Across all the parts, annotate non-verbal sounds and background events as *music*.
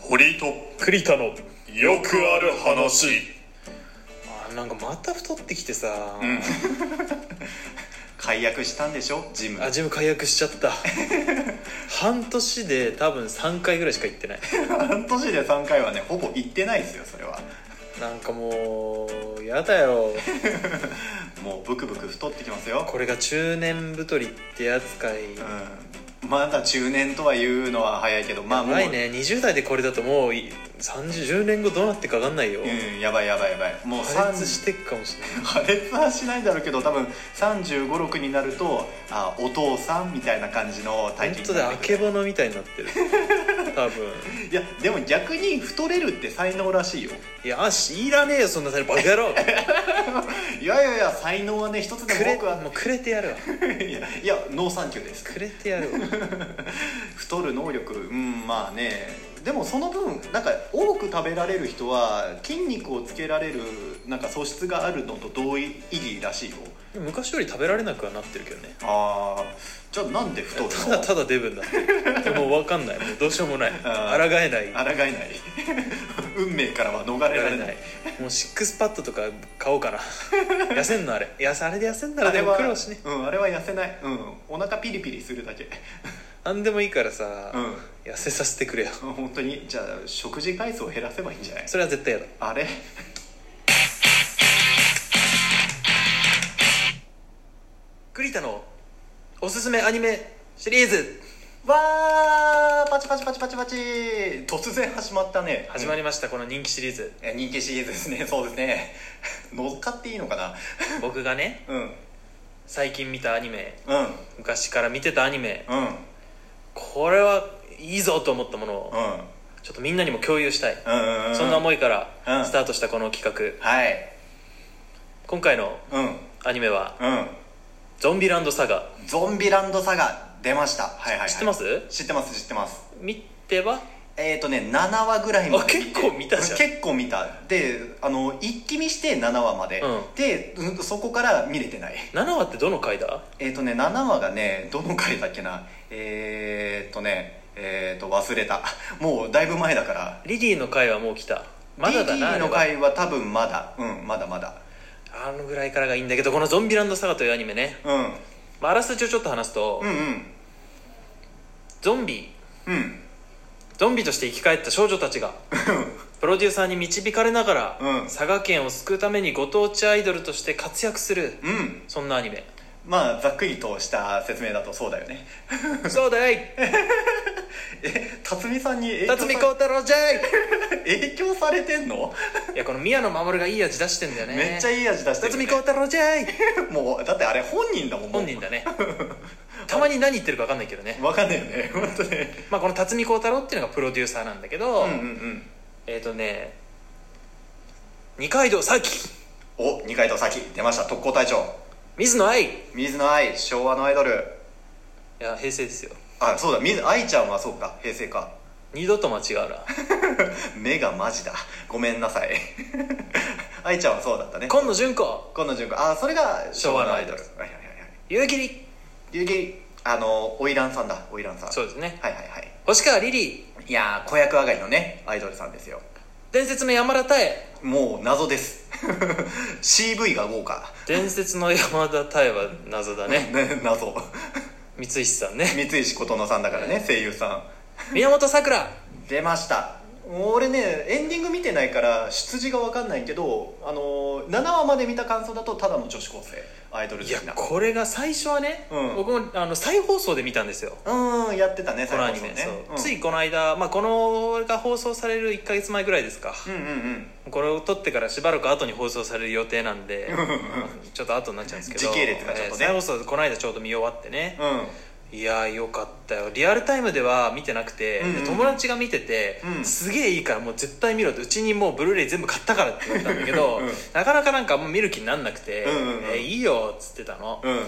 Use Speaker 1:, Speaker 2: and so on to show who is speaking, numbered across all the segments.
Speaker 1: 堀と
Speaker 2: 栗田の
Speaker 1: よくある話
Speaker 2: あなんかまた太ってきてさ、
Speaker 1: うん
Speaker 3: 解約したんでしょジム
Speaker 2: あジム解約しちゃった *laughs* 半年で多分3回ぐらいしか行ってない
Speaker 3: 半年で3回はねほぼ行ってないですよそれは
Speaker 2: なんかもうやだよ
Speaker 3: もうブクブク太ってきますよ
Speaker 2: これが中年太りってやつかい、
Speaker 3: うんまだ中年とは言うのは早いけどまあ
Speaker 2: や
Speaker 3: もう
Speaker 2: ばいね20代でこれだともうい30 10年後どうなってか分かんないよ、
Speaker 3: うんやばいやばいやばいもう
Speaker 2: 破
Speaker 3: 三
Speaker 2: 裂してっかもしれない
Speaker 3: 破裂はしないだろうけど多分3 5 6になるとあお父さんみたいな感じの体型
Speaker 2: 本当
Speaker 3: に
Speaker 2: で
Speaker 3: な
Speaker 2: あ
Speaker 3: ってく
Speaker 2: け
Speaker 3: る
Speaker 2: ぼのみたいになってる多分
Speaker 3: いやでも逆に太れるって才能らしいよ
Speaker 2: いや足いらねえよそんなさバカ野郎
Speaker 3: いやいやいや才能はね一つで
Speaker 2: く
Speaker 3: も
Speaker 2: れ
Speaker 3: *laughs* 僕は
Speaker 2: もうくれてやるわ
Speaker 3: *laughs* いやいやノーサンキューです
Speaker 2: くれてやるわ
Speaker 3: 太る能力うんまあねでもその分なんか多く食べられる人は筋肉をつけられるなんか素質があるのと同意義らしいよ
Speaker 2: 昔より食べられなくはなってるけどね
Speaker 3: ああじゃあなんで太る
Speaker 2: た
Speaker 3: の
Speaker 2: だただデブになってるもう分かんないもうどうしようもない抗えない
Speaker 3: 抗えない *laughs* 運命からは逃
Speaker 2: 抗
Speaker 3: れられ
Speaker 2: え
Speaker 3: な
Speaker 2: ない
Speaker 3: い
Speaker 2: もうシックスパッドとか買おう *laughs* かな痩せんのあれ痩せあれで痩せんならでも
Speaker 3: は
Speaker 2: 苦労しね
Speaker 3: うんあれは痩せないうんお腹ピリピリするだけ
Speaker 2: なんでもいいからさ、
Speaker 3: うん *laughs*
Speaker 2: 痩せさせてくれよ
Speaker 3: 本当にじゃあ食事回数を減らせばいいんじゃない
Speaker 2: それは絶対やだ
Speaker 3: あれ *laughs*
Speaker 2: 栗田のおすすめアニメシリーズ
Speaker 3: わーパチパチパチパチパチ突然始まったね
Speaker 2: 始まりました、この人気シリーズ
Speaker 3: え人気シリーズですね *laughs* そうですね乗っかっていいのかな *laughs*
Speaker 2: 僕がね
Speaker 3: うんうん
Speaker 2: 最近見たアニメ
Speaker 3: うん
Speaker 2: 昔から見てたアニメ
Speaker 3: うん
Speaker 2: これはいいぞと思ったものをちょっとみんなにも共有したい、
Speaker 3: うんうん
Speaker 2: そんな
Speaker 3: うん
Speaker 2: 思いから
Speaker 3: うん
Speaker 2: スタートしたこの企画、
Speaker 3: はい
Speaker 2: 今回の
Speaker 3: うん
Speaker 2: アニメは
Speaker 3: うん
Speaker 2: 「ゾンビランドサガ
Speaker 3: ゾンビランドサガ出ましたはいはい、はい、
Speaker 2: 知ってます
Speaker 3: 知ってます知ってます」
Speaker 2: 見ては
Speaker 3: えっ、とね7話ぐらいまで
Speaker 2: あ結構見たじゃん
Speaker 3: 結構見たであの一気見して7話まで、
Speaker 2: うん
Speaker 3: でうんそこから見れてない
Speaker 2: 7話ってどの回だ
Speaker 3: えっ、とね7話がねどの回だっけなえっ、とねえっ、と忘れたもうだいぶ前だから
Speaker 2: リリーの回はもう来たまだだ
Speaker 3: DD
Speaker 2: なあれ
Speaker 3: の
Speaker 2: は
Speaker 3: 回は多分まだうんまだまだ
Speaker 2: あのぐらいからがいいんだけどこの「ゾンビランドサガ」というアニメね、
Speaker 3: うん
Speaker 2: まあ、あらすじをちょっと話すと、
Speaker 3: うん
Speaker 2: ゾンビ
Speaker 3: うんうん
Speaker 2: ゾンビとして生き返った少女たちがプロデューサーに導かれながら、
Speaker 3: うん
Speaker 2: 佐賀県を救うためにご当地アイドルとして活躍する、
Speaker 3: うん
Speaker 2: そんなア
Speaker 3: *laughs*
Speaker 2: ニメ
Speaker 3: まあざっくりとした説明だとそうだよね
Speaker 2: そうだい
Speaker 3: え辰巳さんに影響さ
Speaker 2: 辰巳孝太郎じゃい
Speaker 3: 影響されてんの、
Speaker 2: いやこの宮野真守がいい味出してんだよね
Speaker 3: めっちゃ
Speaker 2: い
Speaker 3: いい味出して
Speaker 2: 辰
Speaker 3: る、
Speaker 2: 巳
Speaker 3: ね、
Speaker 2: 孝太郎じゃい
Speaker 3: もうだってあれ本人だもんもう
Speaker 2: 本人だねたまに何言ってるか分かんないけどね、
Speaker 3: わかんないよね本当ね
Speaker 2: まあ、この辰巳孝太郎っていうのがプロデューサーなんだけど、
Speaker 3: うんうんうん
Speaker 2: えっ、とね二階堂咲希
Speaker 3: お二階堂咲希出ました特攻隊長
Speaker 2: 水野愛い
Speaker 3: 水野愛昭和のアイドル
Speaker 2: や平成ですよ
Speaker 3: あそうだ水野愛ちゃんはそうか平成か
Speaker 2: 二度と間違う
Speaker 3: *laughs*
Speaker 2: な
Speaker 3: 目がマジだごめんなさい *laughs* 愛ちゃんはそうだったね
Speaker 2: 今野純子
Speaker 3: 今野純子あそれが
Speaker 2: 昭
Speaker 3: 昭
Speaker 2: 和
Speaker 3: 和
Speaker 2: の
Speaker 3: の
Speaker 2: ア
Speaker 3: ア
Speaker 2: イ
Speaker 3: イ
Speaker 2: ド
Speaker 3: ド
Speaker 2: ル
Speaker 3: ルはいはいはいはい
Speaker 2: 夕霧
Speaker 3: ゆきあの花魁さんだ花魁さん
Speaker 2: そうですね
Speaker 3: はいはいはい
Speaker 2: 星川リリー
Speaker 3: いやー子役上がりのねアイドルさんですよ
Speaker 2: 伝説の山田太江
Speaker 3: もう謎です *laughs* CV が豪華
Speaker 2: 伝説の山田太江は謎だね
Speaker 3: *laughs* ね謎
Speaker 2: 三石さんね
Speaker 3: 三石琴乃さんだからね声優さ
Speaker 2: 宮本さくら
Speaker 3: ん出ました俺ねエンディング見てないから出自が分かんないけどあのー7話まで見た感想だとただの女子高生アイドル
Speaker 2: い
Speaker 3: 好
Speaker 2: や
Speaker 3: きな
Speaker 2: これが最初はね、
Speaker 3: うん
Speaker 2: 僕もあの再放送で見たんですよ
Speaker 3: うーんやってたね
Speaker 2: このアニメ、
Speaker 3: 最後の
Speaker 2: そう
Speaker 3: ね
Speaker 2: ついこの間、まあ、このが放送される1か月前ぐらいですか、
Speaker 3: うんうんうん
Speaker 2: これを撮ってからしばらく後に放送される予定なんで、ちょっと後になっちゃうんですけど
Speaker 3: 時系列がちょっとね
Speaker 2: えー再放送この間ちょうど見終わってね、
Speaker 3: うんうん
Speaker 2: いやーよかったよリアルタイムでは見てなくて、
Speaker 3: うんうん
Speaker 2: で友達が見てて、
Speaker 3: うん
Speaker 2: すげえいいからもう絶対見ろってうちにもうブルーレイ全部買ったからって言われたんだけど、
Speaker 3: うん
Speaker 2: なかなかなんかもう見る気になんなくて、
Speaker 3: うんうんうん
Speaker 2: えーいいよっつってたの、
Speaker 3: うん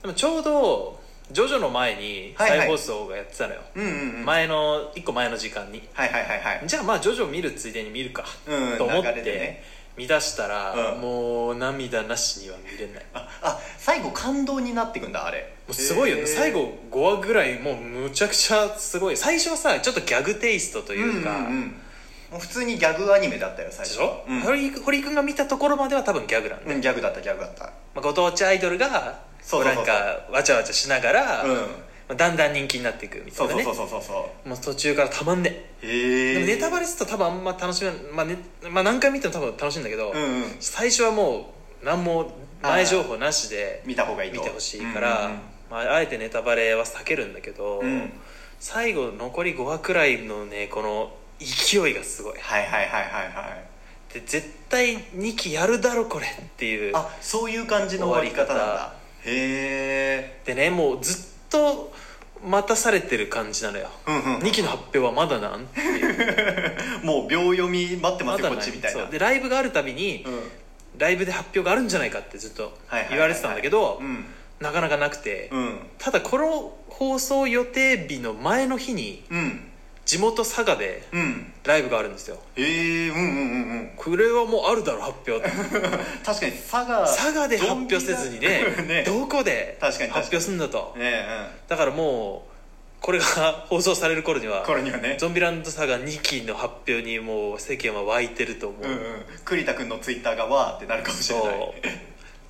Speaker 2: でもちょうどジョジョの前に
Speaker 3: はいはい
Speaker 2: 再放送がやってたのよ、
Speaker 3: うんうんうんはい
Speaker 2: 前の1個前の時間に
Speaker 3: はいはいはい
Speaker 2: じゃあまあジョジョ見るついでに見るか、
Speaker 3: うん
Speaker 2: と思っ
Speaker 3: 流れで
Speaker 2: て
Speaker 3: ね
Speaker 2: 見出したら、
Speaker 3: うん
Speaker 2: もう涙なしには見れないも
Speaker 3: ああ最後感動になってくんだあれ
Speaker 2: うすごいよね、
Speaker 3: へー
Speaker 2: 最後5話ぐらいもうむちゃくちゃすごい最初はさちょっとギャグテイストと
Speaker 3: う
Speaker 2: いうか、
Speaker 3: んうんうんもう普通にギャグアニメだったよ最
Speaker 2: で
Speaker 3: 初
Speaker 2: しょ、
Speaker 3: うん
Speaker 2: 堀井堀井君が見たところまでは多分ギャグなんで、
Speaker 3: うんギャグだったギャグだった
Speaker 2: まあ、ご当地アイドルが
Speaker 3: そうそうそうそう
Speaker 2: こなんかわちゃわちゃしながら、
Speaker 3: うん
Speaker 2: まあ、だんだん人気になっていくみた
Speaker 3: そ
Speaker 2: いうな
Speaker 3: そう
Speaker 2: ね
Speaker 3: そうそうそうそ
Speaker 2: もう途中からたまんね
Speaker 3: うへ
Speaker 2: でもネタバ
Speaker 3: レ
Speaker 2: レすると多分あんま楽しめまあねまあ、何回見ても多分楽しいんだけど、
Speaker 3: うんうん
Speaker 2: 最初はもう何も前情報なしで
Speaker 3: 見た方がいいと
Speaker 2: 見てほしいか
Speaker 3: う
Speaker 2: ら、
Speaker 3: んうん
Speaker 2: まあ、あえてネタバレは避けるんだけど、
Speaker 3: うん
Speaker 2: 最後残り5話くらいのねこの勢いがすごい
Speaker 3: はいはいはいはいはい
Speaker 2: で絶対2期やるだろこれっていう
Speaker 3: あそういう感じの終わり方なんだへえ
Speaker 2: でねもうずっと待たされてる感じなのよ、
Speaker 3: うんうん
Speaker 2: 2期の発表はまだ
Speaker 3: *laughs*
Speaker 2: なんっていう
Speaker 3: もう秒読み待ってま
Speaker 2: ます
Speaker 3: よ
Speaker 2: だ
Speaker 3: こ
Speaker 2: な
Speaker 3: っちみたいな
Speaker 2: そうでライブがあるたびに、
Speaker 3: うん
Speaker 2: ライブで発表があるんじゃないかってずっと
Speaker 3: はいはいはいはい
Speaker 2: 言われてたんだけど
Speaker 3: うん
Speaker 2: なかなかなくて、
Speaker 3: うん
Speaker 2: ただこの放送予定日の前の日に
Speaker 3: うん
Speaker 2: 地元佐賀で
Speaker 3: うん
Speaker 2: ライブがあるんですよ
Speaker 3: へえうんうんうんうん
Speaker 2: これはもうあるだろ発表
Speaker 3: *laughs* 確かに佐賀
Speaker 2: 佐賀で発表せずにね
Speaker 3: *laughs* ね
Speaker 2: どこで
Speaker 3: 確
Speaker 2: 発
Speaker 3: かに確かに
Speaker 2: 表すんだと
Speaker 3: ね
Speaker 2: だからもうこれが放送される頃に
Speaker 3: うん
Speaker 2: は
Speaker 3: これにはね
Speaker 2: ゾンビランドサガ2期の発表にもう世間は沸いてると思う、
Speaker 3: うんうん栗田君のツイッターがわーってなるかもしれ
Speaker 2: そ
Speaker 3: ないう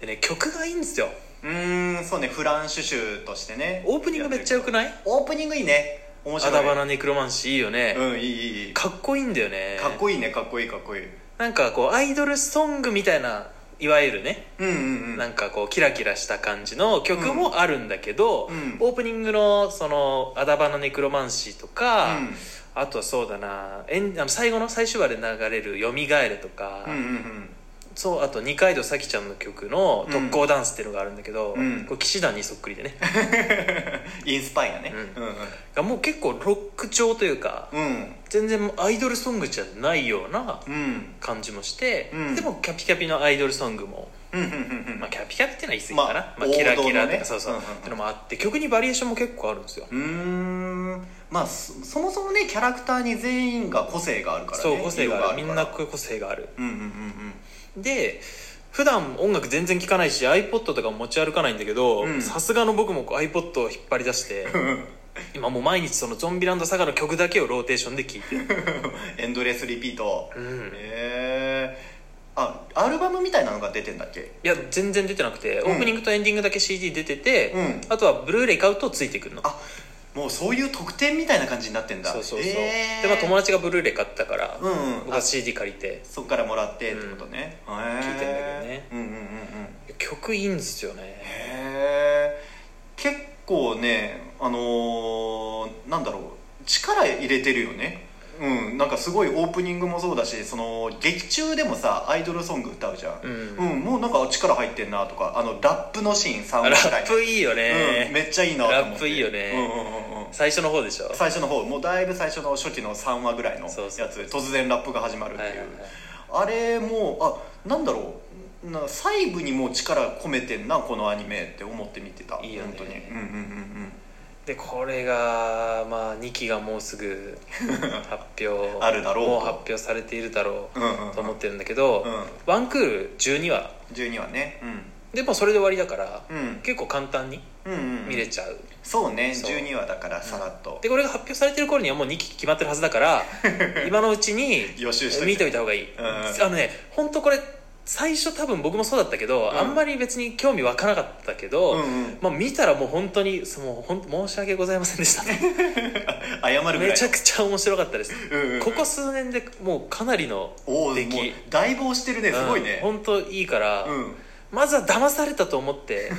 Speaker 2: でね曲がいいんですよ
Speaker 3: うーんそうねフランシュシュとしてね
Speaker 2: オープニングめっちゃ良くない
Speaker 3: オープニングいいね面
Speaker 2: ア
Speaker 3: 白
Speaker 2: ダ
Speaker 3: い
Speaker 2: バナネクロマンシーいいよね、
Speaker 3: うんいいいいいいか
Speaker 2: かっこいいんだよね
Speaker 3: っこいいねかっこいいかっこいい
Speaker 2: なんかこうアイドルソングみたいないわゆるね、
Speaker 3: うんうんう
Speaker 2: なんんかこうキラキラした感じの曲もあるんだけど、
Speaker 3: うん
Speaker 2: オープニングのその「アダバナネクロマンシー」とか、
Speaker 3: うん
Speaker 2: あとはそうだなエンあの最後の最終話で流れる「よみがえれ」とか、
Speaker 3: うんうん
Speaker 2: そうあと二階堂咲ちゃんの曲の「特攻ダンス」っていうのがあるんだけど、
Speaker 3: うん
Speaker 2: これ騎士団にそっくりでね
Speaker 3: うんインスパイアね
Speaker 2: う
Speaker 3: うんうん
Speaker 2: がもう結構ロック調というか、
Speaker 3: うん
Speaker 2: 全然アイドルソングじゃないような
Speaker 3: うん
Speaker 2: 感じもして、
Speaker 3: うん
Speaker 2: でもキャピキャピのアイドルソングも
Speaker 3: うんうんうんうん
Speaker 2: まあ、キャピキャピってのは言い過ぎかな、
Speaker 3: ま
Speaker 2: ま
Speaker 3: あ
Speaker 2: あ
Speaker 3: 王道の
Speaker 2: キ
Speaker 3: ね
Speaker 2: ラキラとか、そうそう、
Speaker 3: うんうんうん
Speaker 2: ってのもあって曲にバリエーションも結構あるんですよ、
Speaker 3: うーんまあそそもそもねキャラクターに全員が個性があるからね
Speaker 2: そう個性があるみ
Speaker 3: 色
Speaker 2: ん
Speaker 3: から
Speaker 2: な個性がある
Speaker 3: うんうんうん
Speaker 2: で普段音楽全然聴かないし iPod とかも持ち歩かないんだけど
Speaker 3: うん
Speaker 2: さすがの僕もこう iPod を引っ張り
Speaker 3: *laughs*
Speaker 2: 出して今もう毎日そのゾンビランドサガの曲だけをローテーションで聴いて
Speaker 3: う
Speaker 2: る
Speaker 3: んエンドレスリピート
Speaker 2: う
Speaker 3: へ
Speaker 2: ん
Speaker 3: えあアルバムみたいなのが出てんだっけ
Speaker 2: いや全然出てなくてオ
Speaker 3: ん
Speaker 2: ープニングとエンディングだけ CD 出てて、
Speaker 3: うん
Speaker 2: あとはブルーレイ買うとついてくるの
Speaker 3: あもうそういう特典みたいな感じになってんだ
Speaker 2: そうそうそう、
Speaker 3: へー
Speaker 2: でまあ友達がブルーレイ買ったから、
Speaker 3: うんうん
Speaker 2: 僕は CD 借りて
Speaker 3: そっからもらってってことね、へー
Speaker 2: 聞いてんだけどね
Speaker 3: うんうんうんうん
Speaker 2: 曲いいんですよね
Speaker 3: へえ結構ねあのーなんだろう力入れてるよねうんなんかすごいオープニングもそうだしその劇中でもさアイドルソング歌うじゃん、
Speaker 2: う
Speaker 3: ん
Speaker 2: ん
Speaker 3: もうなんか力入ってんなとかあのラップのシーン3話
Speaker 2: あラ
Speaker 3: ぐらい
Speaker 2: ップいいよね、
Speaker 3: うん、めっちゃいいなと思って
Speaker 2: ラップいいよね
Speaker 3: うんうんうんうん
Speaker 2: 最初の方でしょ
Speaker 3: 最初の方もうだいぶ最初の初期の3話ぐらいのやつ
Speaker 2: そうそう
Speaker 3: 突然ラップが始まるっていう、
Speaker 2: はいはいはい
Speaker 3: あれもうあなんだろうな細部にもう力込めてんなこのアニメって思って見てた
Speaker 2: いいよね
Speaker 3: 本当にうんうん
Speaker 2: でこれがまあ2期がもうす
Speaker 3: *laughs*
Speaker 2: ぐ発表
Speaker 3: あるだろうと
Speaker 2: もう発表されているだろ
Speaker 3: うんうんうんうん
Speaker 2: うと思ってるんだけど、
Speaker 3: うん
Speaker 2: ワンクール12話
Speaker 3: 12話ね
Speaker 2: でもそれで終わりだから、
Speaker 3: うん
Speaker 2: 結構簡単に
Speaker 3: うんうんうんうん
Speaker 2: 見れちゃう、
Speaker 3: そうね
Speaker 2: そう
Speaker 3: 12話だからさらっと、
Speaker 2: でこれが発表されてる頃にはもう2期決まってるはずだから
Speaker 3: *laughs*
Speaker 2: 今のうちに
Speaker 3: 予習しといて
Speaker 2: 見ておいた方がいい、
Speaker 3: うん
Speaker 2: あのね本当これ最初多分僕もそうだったけど、
Speaker 3: ん
Speaker 2: あんまり別に興味湧かなかったけど、
Speaker 3: うんうん
Speaker 2: まあ、見たらもう本当にそのほん申し訳ございませんでした
Speaker 3: *laughs* 謝るぐらい
Speaker 2: めちゃくちゃ面白かったです、
Speaker 3: うんうんうん
Speaker 2: ここ数年でもうかなりの
Speaker 3: おおもう
Speaker 2: 出来
Speaker 3: だいぶ押してるねすごいね
Speaker 2: うん本当いいから、
Speaker 3: うん
Speaker 2: まずは騙されたと思って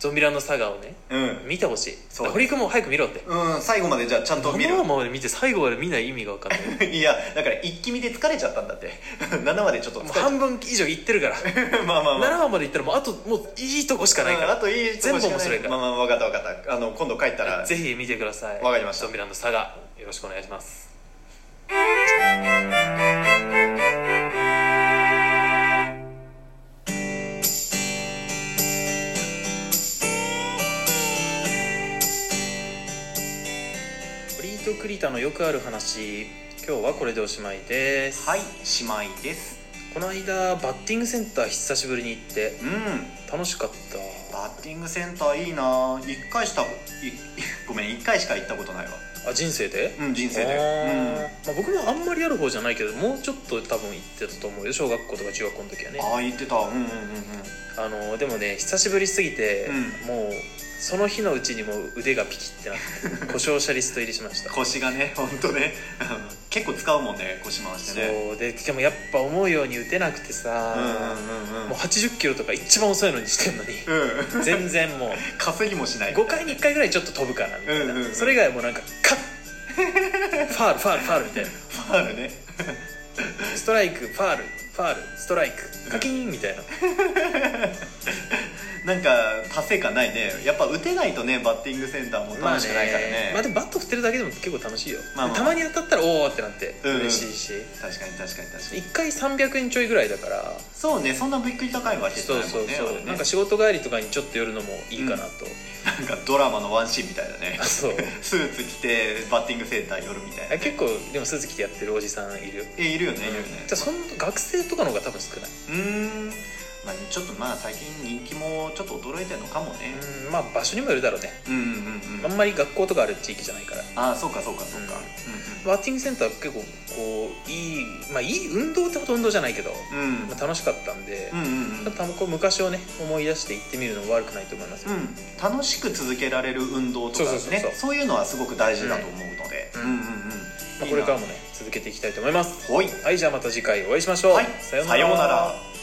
Speaker 2: ゾンビランドサガをね
Speaker 3: うん、
Speaker 2: 見てほしい
Speaker 3: そうです
Speaker 2: 堀井君も早く見ろって
Speaker 3: うん、最後までじゃあちゃんと見る
Speaker 2: 7話まで見て最後まで見ない意味が分かんない
Speaker 3: *laughs* いやだから一気見で疲れちゃったんだって *laughs* 7話でちょっと疲れち
Speaker 2: もう
Speaker 3: ゃった
Speaker 2: 半分以上いってるから
Speaker 3: *laughs* まあまあまあ
Speaker 2: 7話までいったらもうあともういいとこしかないか
Speaker 3: うん
Speaker 2: ら
Speaker 3: あといい
Speaker 2: 全部面白いから
Speaker 3: まあまあ分かった分かったあの今度帰ったら
Speaker 2: ぜひ見てください
Speaker 3: わかりました
Speaker 2: ゾンビランドサガよろしくお願いしますフリートクリタのよくある話今日はこれでおしまいです
Speaker 3: はい姉妹です
Speaker 2: この間バッティングセンター久しぶりに行って
Speaker 3: うん
Speaker 2: 楽しかっ
Speaker 3: *laughs*
Speaker 2: た
Speaker 3: バッティングセンターいいな一回したいごめん一回しか行ったことないわ
Speaker 2: あ人生で
Speaker 3: うん人生
Speaker 2: あー
Speaker 3: で
Speaker 2: まあ、僕もあんまりある方じゃないけどもうちょっと多分行ってたと思うよ小学校とか中学校の時はね
Speaker 3: うんああ言ってたうんうんうんうん
Speaker 2: あのでもね久しぶりすぎて、
Speaker 3: う
Speaker 2: もうその日のうちにもう腕がピキってなって
Speaker 3: *laughs*
Speaker 2: 故障者リスト入りしました
Speaker 3: 腰がね *laughs* 本当ね結構使うもんね腰回してね
Speaker 2: そうででもやっぱ思うように打てなくてさ、
Speaker 3: うんうんうんうん
Speaker 2: もう80キロとか一番遅いのにしてん
Speaker 3: *laughs*
Speaker 2: のに
Speaker 3: うん
Speaker 2: 全然もう
Speaker 3: 稼ぎもしない
Speaker 2: 5回に1回ぐらいちょっと飛ぶかなみたいな、
Speaker 3: うんうんうん
Speaker 2: それ以外はもうなんかカッファールファールファールみたいな
Speaker 3: ファールね
Speaker 2: ストライクファールファールストライクカキーンみたいな
Speaker 3: なんか達成感ないねやっぱ打てないとねバッティングセンターも楽しくないからね,、
Speaker 2: まあでもバット振ってるだけでも結構楽しいよ、
Speaker 3: まあまあ
Speaker 2: たまに当たったらおおってなって
Speaker 3: うんうん
Speaker 2: 嬉しいし、
Speaker 3: 確かに確かに確かに
Speaker 2: 1回300円ちょいぐらいだから
Speaker 3: そうねそんなびっくり高いわけじゃ
Speaker 2: そう
Speaker 3: ないも
Speaker 2: そ
Speaker 3: ん
Speaker 2: う
Speaker 3: ね
Speaker 2: そう、
Speaker 3: あれね
Speaker 2: なんか仕事帰りとかにちょっと寄るのもいいかなと、
Speaker 3: なんかドラマのワンシーンみたいだね
Speaker 2: あそう
Speaker 3: スーツ着てバッティングセンター寄るみたいな
Speaker 2: あ結構でもスーツ着てやってるおじさんいるよ
Speaker 3: えいるよねいるよね
Speaker 2: じゃあそん学生とかの方が多分少ない、
Speaker 3: うーん、まあ、ちょっとまあ最近人気もちょっと衰えてるのかもね
Speaker 2: うんまあ場所にもよるだろうね
Speaker 3: うんうんうん
Speaker 2: あ
Speaker 3: うんん
Speaker 2: まり学校とかある地域じゃないから
Speaker 3: ああそうかそうかそうか
Speaker 2: バッティングセンター結構こういいまあいい運動ってほど運動じゃないけど、
Speaker 3: うんうん
Speaker 2: まあ、楽しかったんで、
Speaker 3: うんうんうん
Speaker 2: ただこう昔をね思い出して行ってみるのも悪くないと思いますよ、
Speaker 3: うん、楽しく続けられる運動とか
Speaker 2: そうそうそうそ
Speaker 3: ね
Speaker 2: う
Speaker 3: そういうのはすごく大事だと思うので、
Speaker 2: う
Speaker 3: うんん、うんうん
Speaker 2: まあ、これから
Speaker 3: も
Speaker 2: もね続けていきたいと思います
Speaker 3: ほい
Speaker 2: はいじゃあまた次回お会いしましょう、
Speaker 3: はい
Speaker 2: さよう
Speaker 3: さようなら